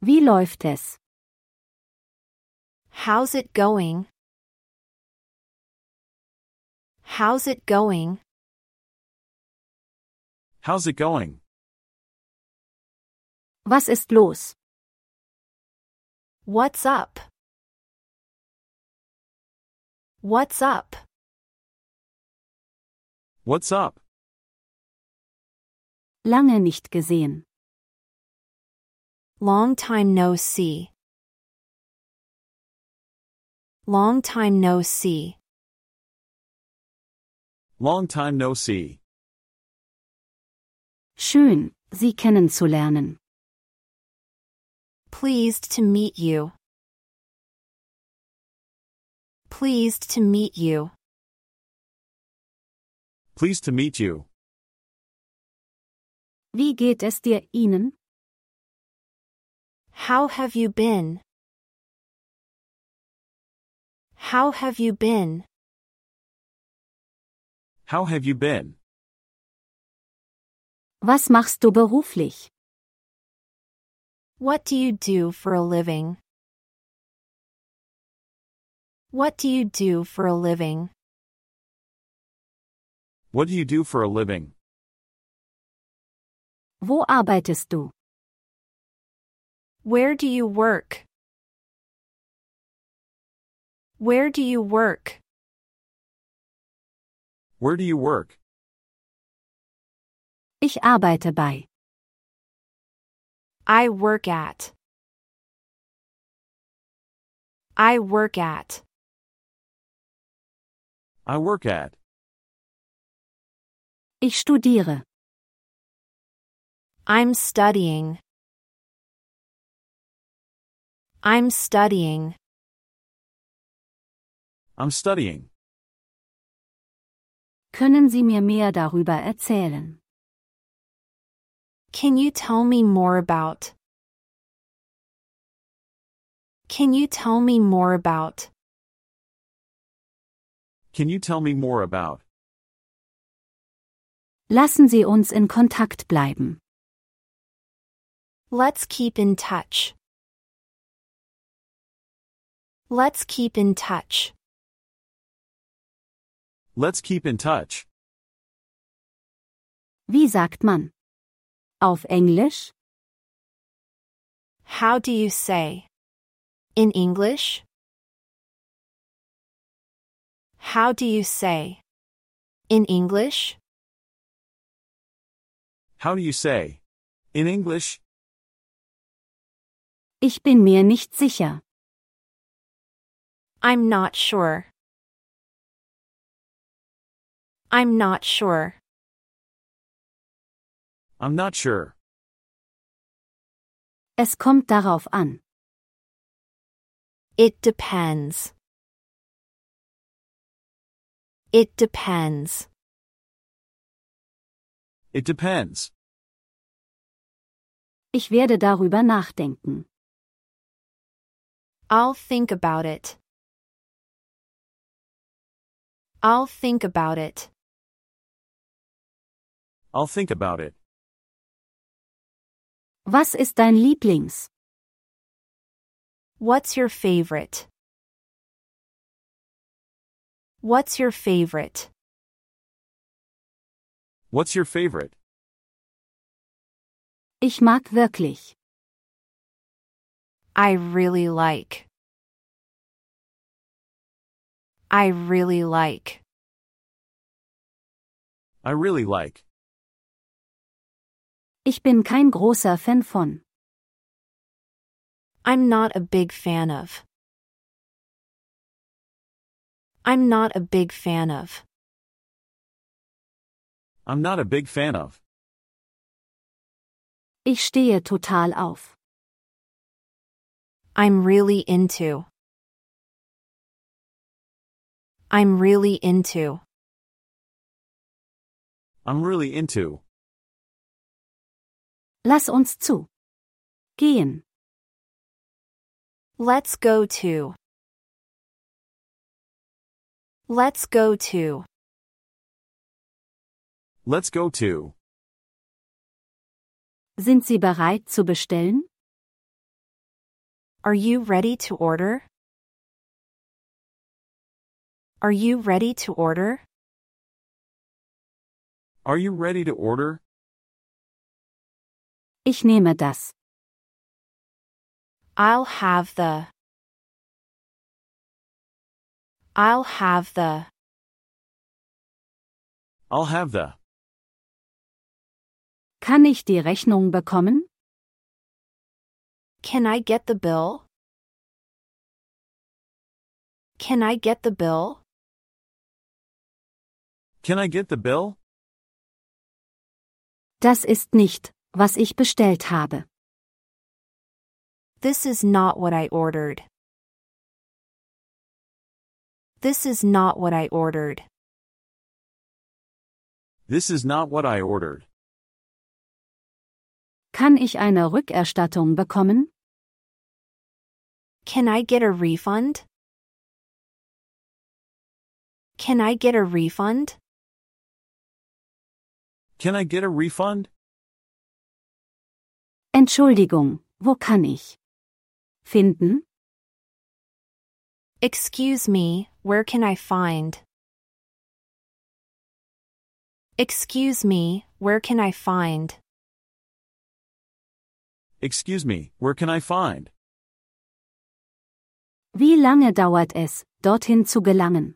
Wie läuft es? How's it going? How's it going? How's it going? Was ist los? What's up? What's up? What's up? Lange nicht gesehen. Long time no see. Long time no see. Long time no see. Schön, Sie kennenzulernen. Pleased to meet you. Pleased to meet you. Pleased to meet you. Wie geht es dir Ihnen? How have you been? How have you been? How have you been? Was machst du beruflich? What do you do for a living? What do you do for a living? What do you do for a living? Wo arbeitest du? Where do you work? Where do you work? Where do you work? Ich arbeite bei. I work at. I work at. I work at. Ich studiere. I'm studying. I'm studying. I'm studying. Können Sie mir mehr darüber erzählen? Can you tell me more about? Can you tell me more about? Can you tell me more about? Lassen Sie uns in Kontakt bleiben. Let's keep in touch. Let's keep in touch. Let's keep in touch. Wie sagt man? Auf Englisch? How do you say? In English? How do you say? In English? How do you say? In English, Ich bin mir nicht sicher. I'm not sure. I'm not sure. I'm not sure. Es kommt darauf an. It depends. It depends. It depends. Ich werde darüber nachdenken. I'll think about it. I'll think about it. I'll think about it. Was ist dein Lieblings? What's your favorite? What's your favorite? What's your favorite? Ich mag wirklich. I really like. I really like. I really like. Ich bin kein großer Fan von. I'm not a big fan of. I'm not a big fan of. I'm not a big fan of. Ich stehe total auf. I'm really into. I'm really into. I'm really into. Lass uns zu. Gehen. Let's go to. Let's go to. Let's go to. Sind Sie bereit zu bestellen? Are you ready to order? Are you ready to order? Are you ready to order? Ich nehme das. I'll have the. I'll have the. I'll have the. Kann ich die Rechnung bekommen? Can I get the bill? Can I get the bill? Can I get the bill? Das ist nicht, was ich bestellt habe. This is not what I ordered. This is not what I ordered. This is not what I ordered. Kann ich eine Rückerstattung bekommen? Can I get a refund? Can I get a refund? Can I get a refund? Entschuldigung, wo kann ich? Finden? Excuse me, where can I find? Excuse me, where can I find? Excuse me, where can I find? Wie lange dauert es, dorthin zu gelangen?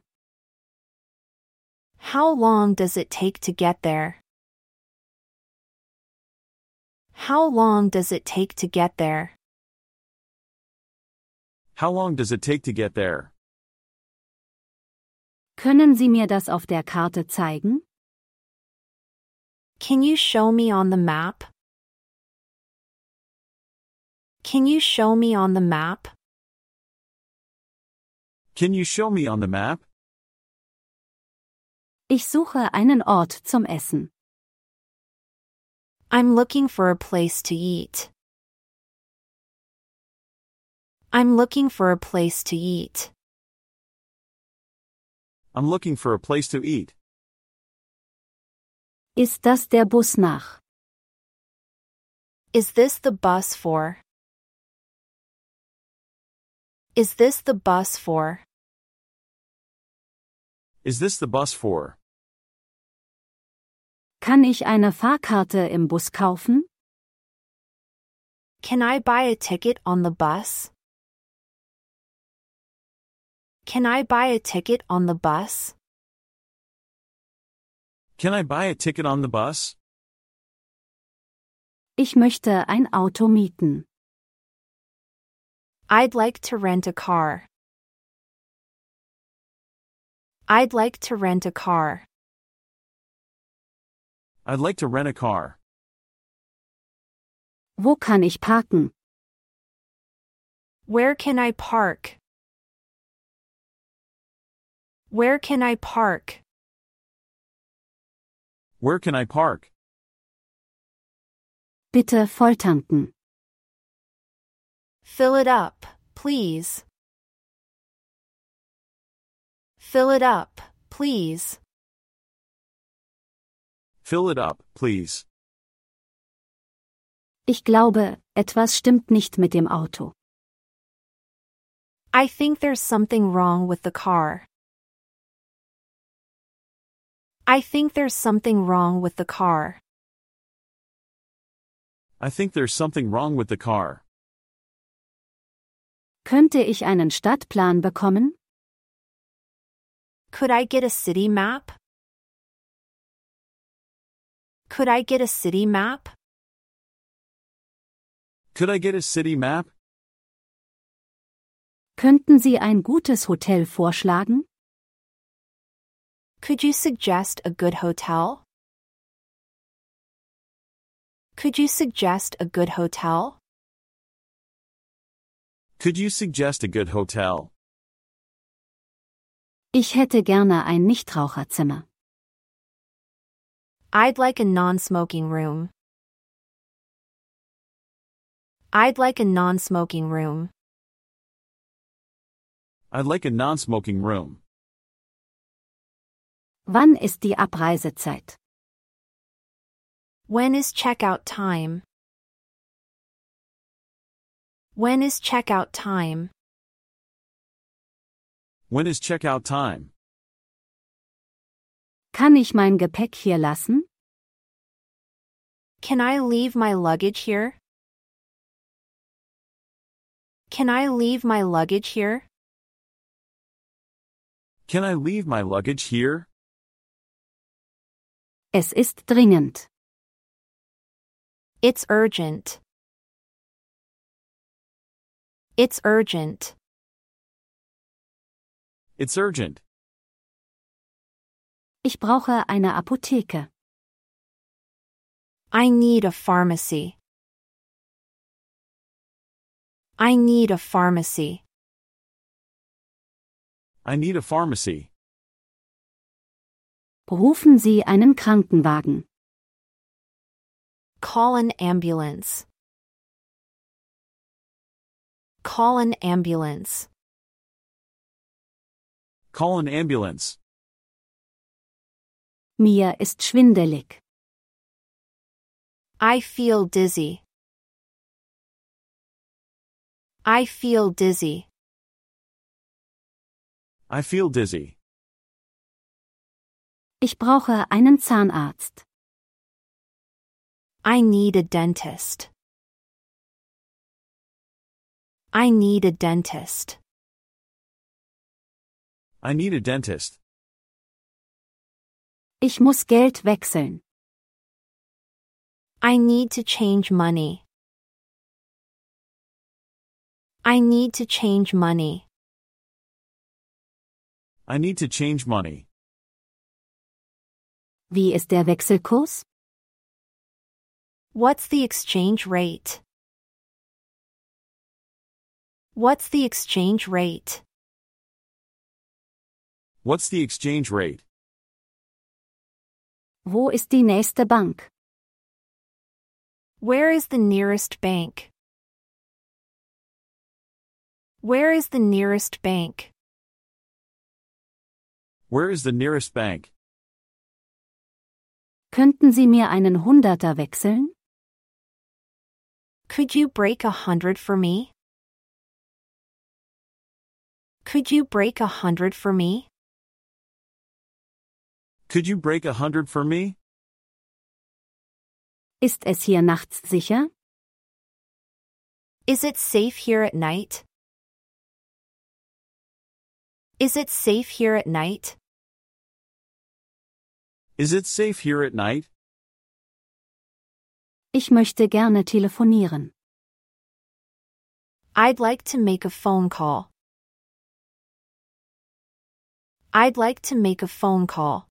How long does it take to get there? How long does it take to get there? How long does it take to get there? Können Sie mir das auf der Karte zeigen? Can you show me on the map? Can you show me on the map? Can you show me on the map? Ich suche einen Ort zum Essen. I'm looking for a place to eat. I'm looking for a place to eat. I'm looking for a place to eat. Ist das der Bus nach? Is this the bus for? Is this the bus for? Is this the bus for? Kann ich eine Fahrkarte im Bus kaufen? Can I buy a ticket on the bus? Can I buy a ticket on the bus? Can I buy a ticket on the bus? Ich möchte ein Auto mieten. I'd like to rent a car. I'd like to rent a car. I'd like to rent a car. Wo kann ich parken? Where can I park? Where can I park? Where can I park? Bitte volltanken. Fill it up, please. Fill it up, please. Fill it up, please. Ich glaube, etwas stimmt nicht mit dem Auto. I think there's something wrong with the car. I think there's something wrong with the car. I think there's something wrong with the car. Könnte ich einen Stadtplan bekommen? Could I get a city map? Could I get a city map? Could I get a city map? Könnten Sie ein gutes Hotel vorschlagen? Could you suggest a good hotel? Could you suggest a good hotel? Could you suggest a good hotel? Ich hätte gerne ein Nichtraucherzimmer. I'd like a non smoking room. I'd like a non smoking room. I'd like a non smoking room. Wann ist die Abreisezeit? When is checkout time? When is checkout time? When is checkout time? Kann ich mein Gepäck hier lassen? Can I leave my luggage here? Can I leave my luggage here? Can I leave my luggage here? Es ist dringend. It's urgent. It's urgent. It's urgent. Ich brauche eine Apotheke. I need a pharmacy. I need a pharmacy. I need a pharmacy. Rufen Sie einen Krankenwagen. Call an ambulance. Call an ambulance. Call an ambulance. Mir ist schwindelig. I feel dizzy. I feel dizzy. I feel dizzy. Ich brauche einen Zahnarzt. I need a dentist. I need a dentist. I need a dentist. Ich muss Geld wechseln. I need to change money. I need to change money. I need to change money. Wie ist der Wechselkurs? What's the exchange rate? What's the exchange rate? What's the exchange rate? Wo ist die nächste Bank? Where is the nearest bank? Where is the nearest bank? Where is the nearest bank? Könnten Sie mir einen Hunderter wechseln? Could you break a hundred for me? Could you break a hundred for me? Could you break a hundred for me? Ist es hier nachts sicher? Is it safe here at night? Is it safe here at night? Is it safe here at night? Ich möchte gerne telefonieren. I'd like to make a phone call. I'd like to make a phone call.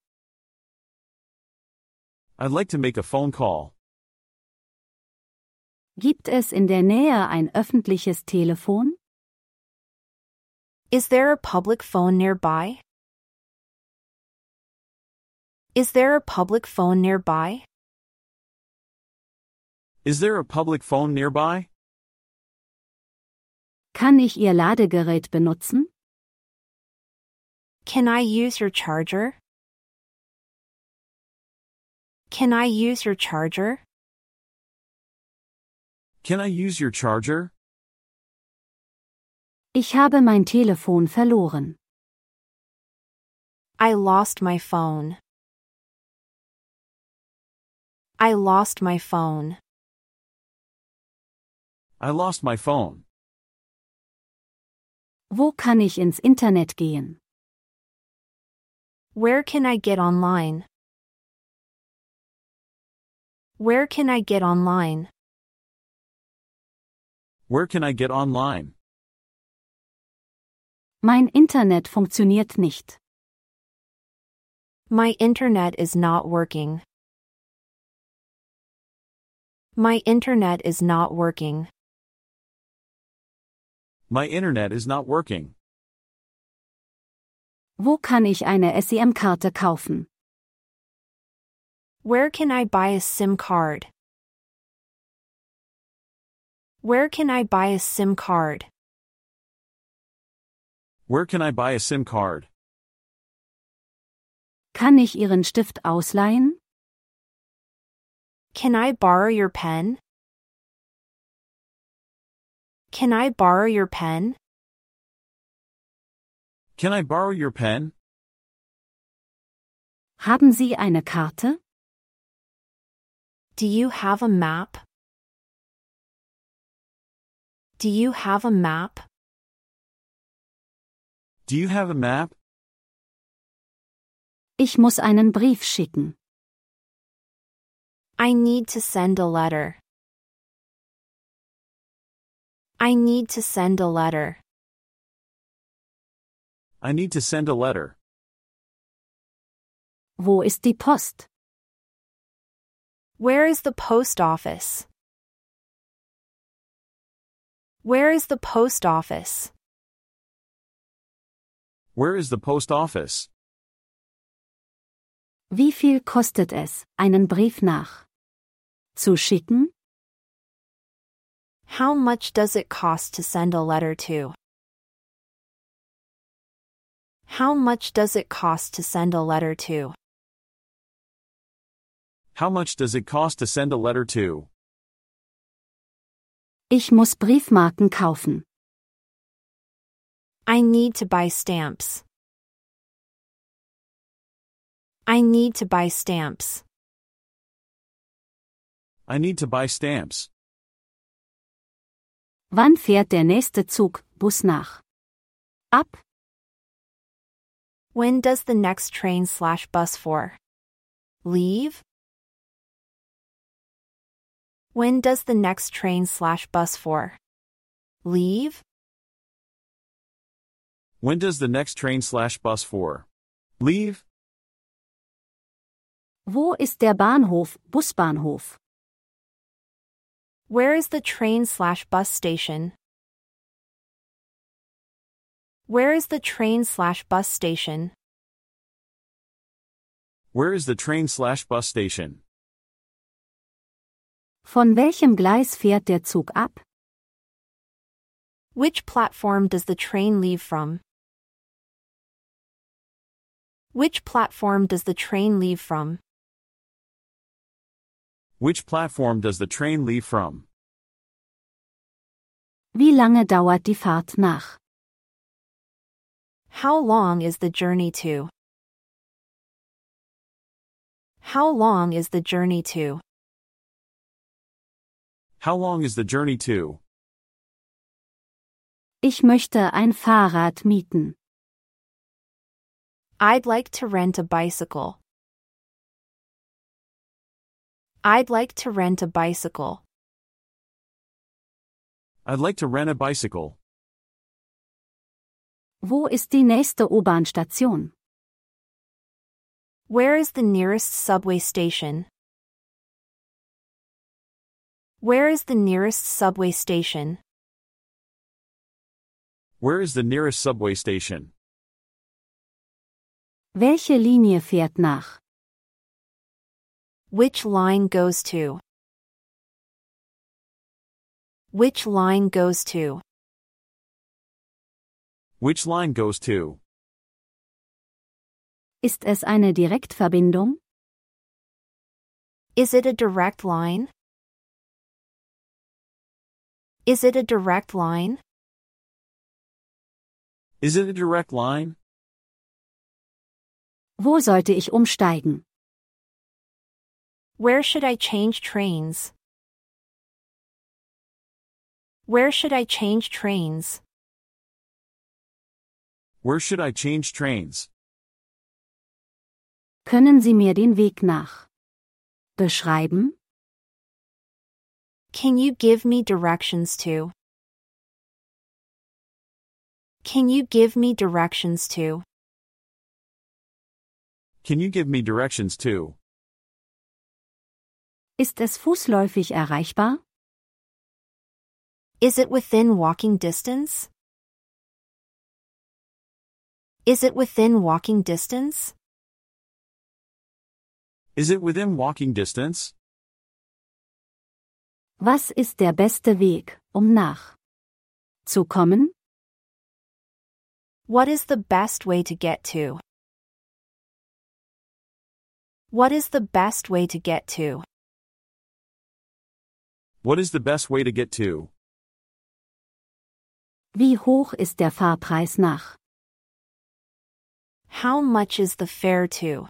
I'd like to make a phone call. Gibt es in der Nähe ein öffentliches Telefon? Is there a public phone nearby? Is there a public phone nearby? Is there a public phone nearby? Kann ich Ihr Ladegerät benutzen? Can I use your charger? Can I use your charger? Can I use your charger? Ich habe mein Telefon verloren. I lost my phone. I lost my phone. I lost my phone. Wo kann ich ins Internet gehen? Where can I get online? Where can I get online? Where can I get online? Mein Internet funktioniert nicht. My internet is not working. My internet is not working. My internet is not working. Wo kann ich eine SEM-Karte kaufen? Where can I buy a SIM card? Where can I buy a SIM card? Where can I buy a SIM card? Kann ich Ihren Stift ausleihen? Can I borrow your pen? Can I borrow your pen? Can I borrow your pen? Haben Sie eine Karte? Do you have a map? Do you have a map? Do you have a map? Ich muss einen Brief schicken. I need to send a letter. I need to send a letter. I need to send a letter. Wo ist die Post? Where is the post office? Where is the post office? Where is the post office? Wie viel kostet es, einen Brief nach zu schicken? How much does it cost to send a letter to? How much does it cost to send a letter to? How much does it cost to send a letter to? Ich muss Briefmarken kaufen. I need to buy stamps. I need to buy stamps. I need to buy stamps. Wann fährt der nächste Zug, Bus nach? Ab, When does the next train slash bus for? Leave? When does the next train slash bus for? Leave? When does the next train slash bus for? Leave? wo ist der Bahnhof, Busbahnhof? Where is the train slash bus station? Where is the train slash bus station? Where is the train slash bus station? Von welchem Gleis fährt der Zug ab? Which platform does the train leave from? Which platform does the train leave from? Which platform does the train leave from? Wie lange dauert die Fahrt nach? How long is the journey to? How long is the journey to? How long is the journey to? Ich möchte ein Fahrrad mieten. I'd like to rent a bicycle. I'd like to rent a bicycle. I'd like to rent a bicycle. Wo ist die nächste U-Bahn-Station? Where is the nearest subway station? Where is the nearest subway station? Where is the nearest subway station? Welche Linie fährt nach? Which line goes to? Which line goes to? Which line goes to? Ist es eine Direktverbindung? Is it a direct line? Is it a direct line? Is it a direct line? Wo sollte ich umsteigen? Where should I change trains? Where should I change trains? Where should I change trains? Können Sie mir den Weg nach beschreiben? Can you give me directions to? Can you give me directions to? Can you give me directions to? Ist es fußläufig erreichbar? Is it within walking distance? Is it within walking distance? Is it within walking distance? Was ist der beste Weg, um nach zu kommen? What is the best way to get to? What is the best way to get to? What is the best way to get to? Wie hoch ist der Fahrpreis nach? How much is the fare to?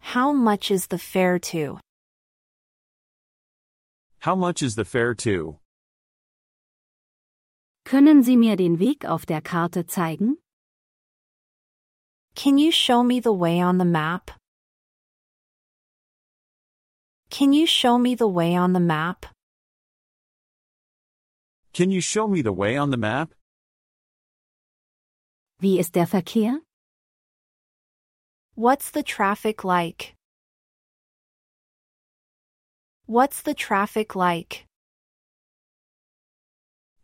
How much is the fare to? How much is the fare to? Können Sie mir den Weg auf der Karte zeigen? Can you show me the way on the map? Can you show me the way on the map? Can you show me the way on the map? Wie ist der Verkehr? What's the traffic like? What's the traffic like?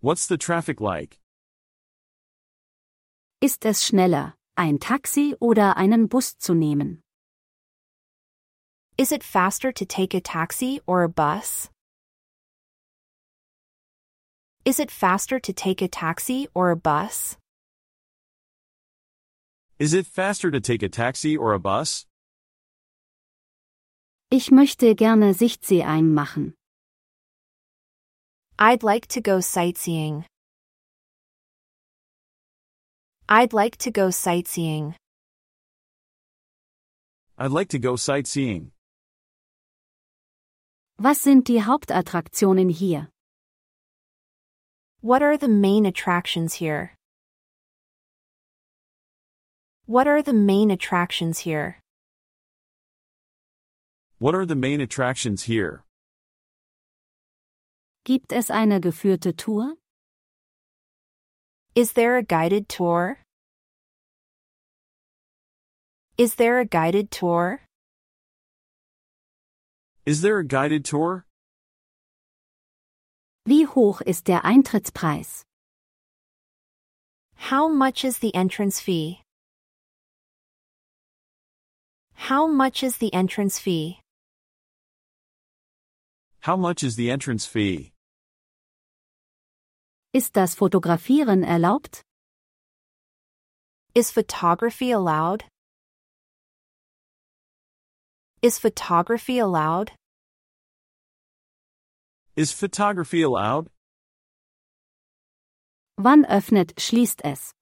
What's the traffic like? Ist es schneller, ein Taxi oder einen Bus zu nehmen? Is it faster to take a taxi or a bus? Is it faster to take a taxi or a bus? Is it faster to take a taxi or a bus? Ich möchte gerne Sichtseeheim machen. I'd like to go sightseeing. I'd like to go sightseeing. I'd like to go sightseeing. Was sind die Hauptattraktionen hier? What are the main attractions here? What are the main attractions here? What are the main attractions here? Gibt es eine geführte Tour? Is there a guided tour? Is there a guided tour? Is there a guided tour? Wie hoch ist der Eintrittspreis? How much is the entrance fee? How much is the entrance fee? How much is the entrance fee? Ist das Fotografieren erlaubt? Is photography allowed? Is photography allowed? Is photography allowed? Wann öffnet, schließt es?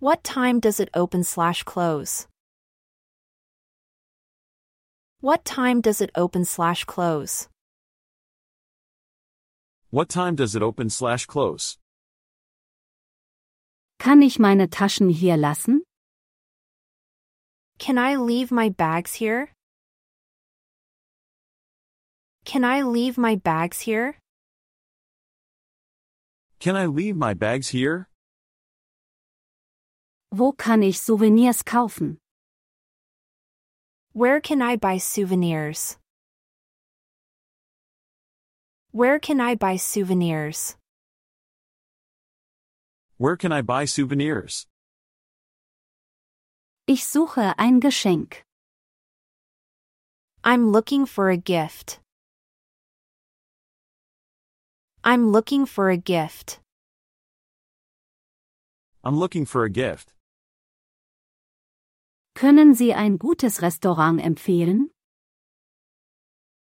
What time does it open slash close? What time does it open slash close? What time does it open slash close? Kann ich meine Taschen hier lassen? Can I leave my bags here? Can I leave my bags here? Can I leave my bags here? Wo kann ich Souvenirs kaufen? Where can I buy souvenirs? Where can I buy souvenirs? Where can I buy souvenirs? Ich suche ein Geschenk. I'm looking for a gift. I'm looking for a gift. I'm looking for a gift. Können Sie ein gutes Restaurant empfehlen?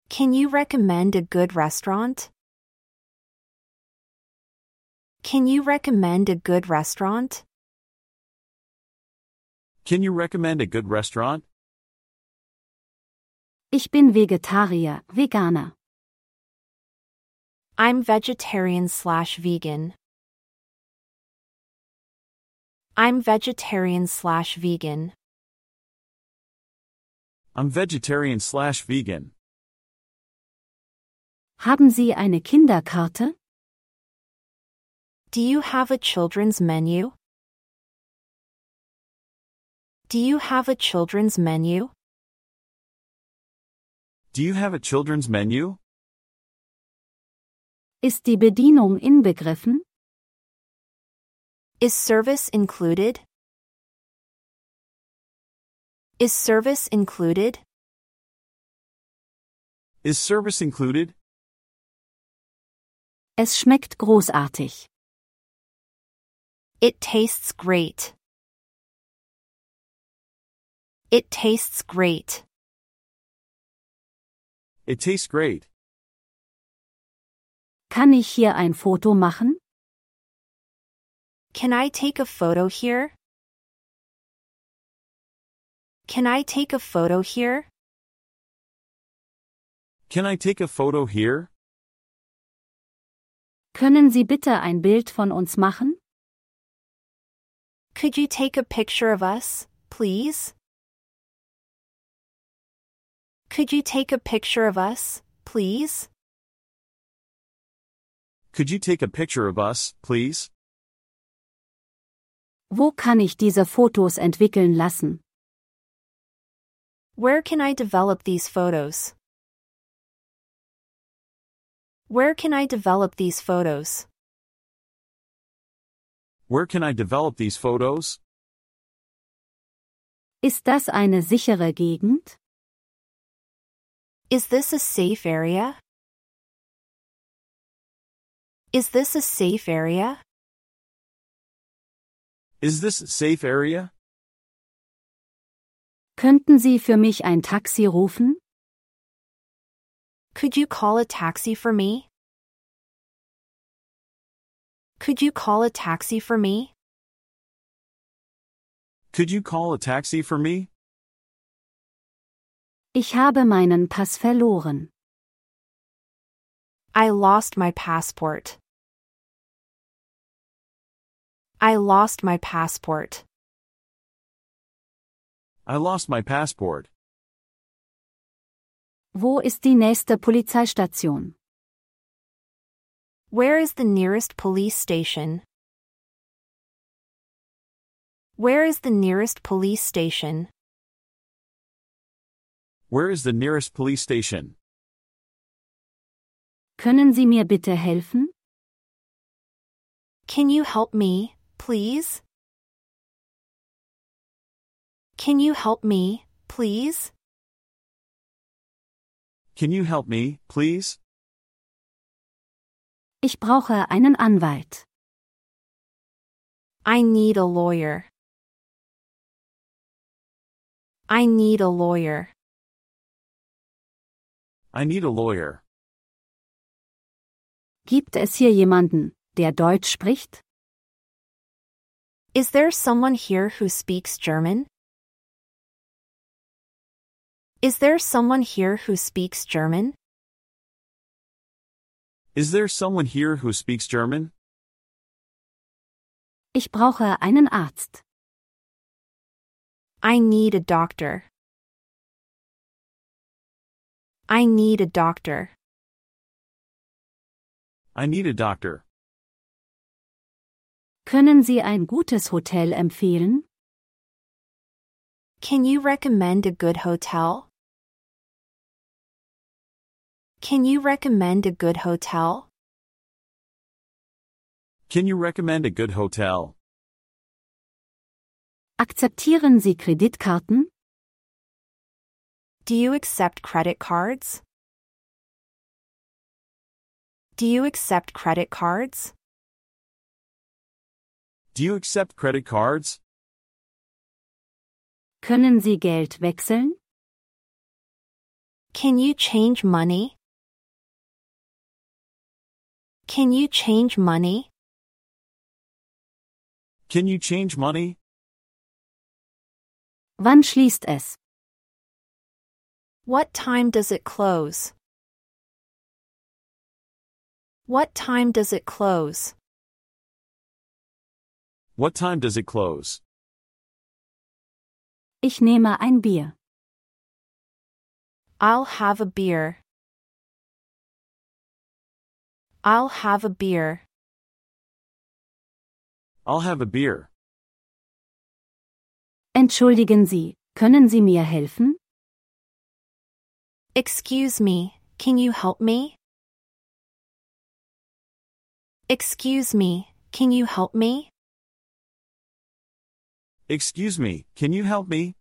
Can you recommend a good restaurant? Can you recommend a good restaurant? Can you recommend a good restaurant? Ich bin Vegetarier, Veganer. I'm vegetarian slash vegan. I'm vegetarian slash vegan. I'm vegetarian slash vegan. Haben Sie eine Kinderkarte? Do you have a children's menu? Do you have a children's menu? Do you have a children's menu? Ist die Bedienung inbegriffen? Is service included? Is service included? Is service included? Es schmeckt großartig. It tastes great. It tastes great. It tastes great. Kann ich hier ein Foto machen? Can I take a photo here? Can I take a photo here? Can I take a photo here? Können Sie bitte ein Bild von uns machen? Could you take a picture of us, please? Could you take a picture of us, please? Could you take a picture of us, please? Wo kann ich diese Fotos entwickeln lassen? Where can I develop these photos? Where can I develop these photos? Where can I develop these photos? Ist das eine sichere Gegend? Is this a safe area? Is this a safe area? Is this a safe area? Könnten Sie für mich ein Taxi rufen? Could you call a taxi for me? Could you call a taxi for me? Could you call a taxi for me? Ich habe meinen Pass verloren. I lost my passport. I lost my passport. I lost my passport. Wo ist die nächste Polizeistation? Where is the nearest police station? Where is the nearest police station? Where is the nearest police station? Können Sie mir bitte helfen? Can you help me, please? Can you help me, please? Can you help me, please? Ich brauche einen Anwalt. I need a lawyer. I need a lawyer. I need a lawyer. Gibt es hier jemanden, der Deutsch spricht? Is there someone here who speaks German? Is there someone here who speaks German? Is there someone here who speaks German? Ich brauche einen Arzt. I need a doctor. I need a doctor. I need a doctor. Können Sie ein gutes Hotel empfehlen? Can you recommend a good hotel? Can you recommend a good hotel? Can you recommend a good hotel? Akzeptieren Sie Kreditkarten? Do you accept credit cards? Do you accept credit cards? Do you accept credit cards? Können Sie Geld wechseln? Can you change money? Can you change money? Can you change money? Wann schließt es? What time does it close? What time does it close? What time does it close? Ich nehme ein Bier. I'll have a beer. I'll have a beer. I'll have a beer. Entschuldigen Sie, können Sie mir helfen? Excuse me, can you help me? Excuse me, can you help me? Excuse me, can you help me?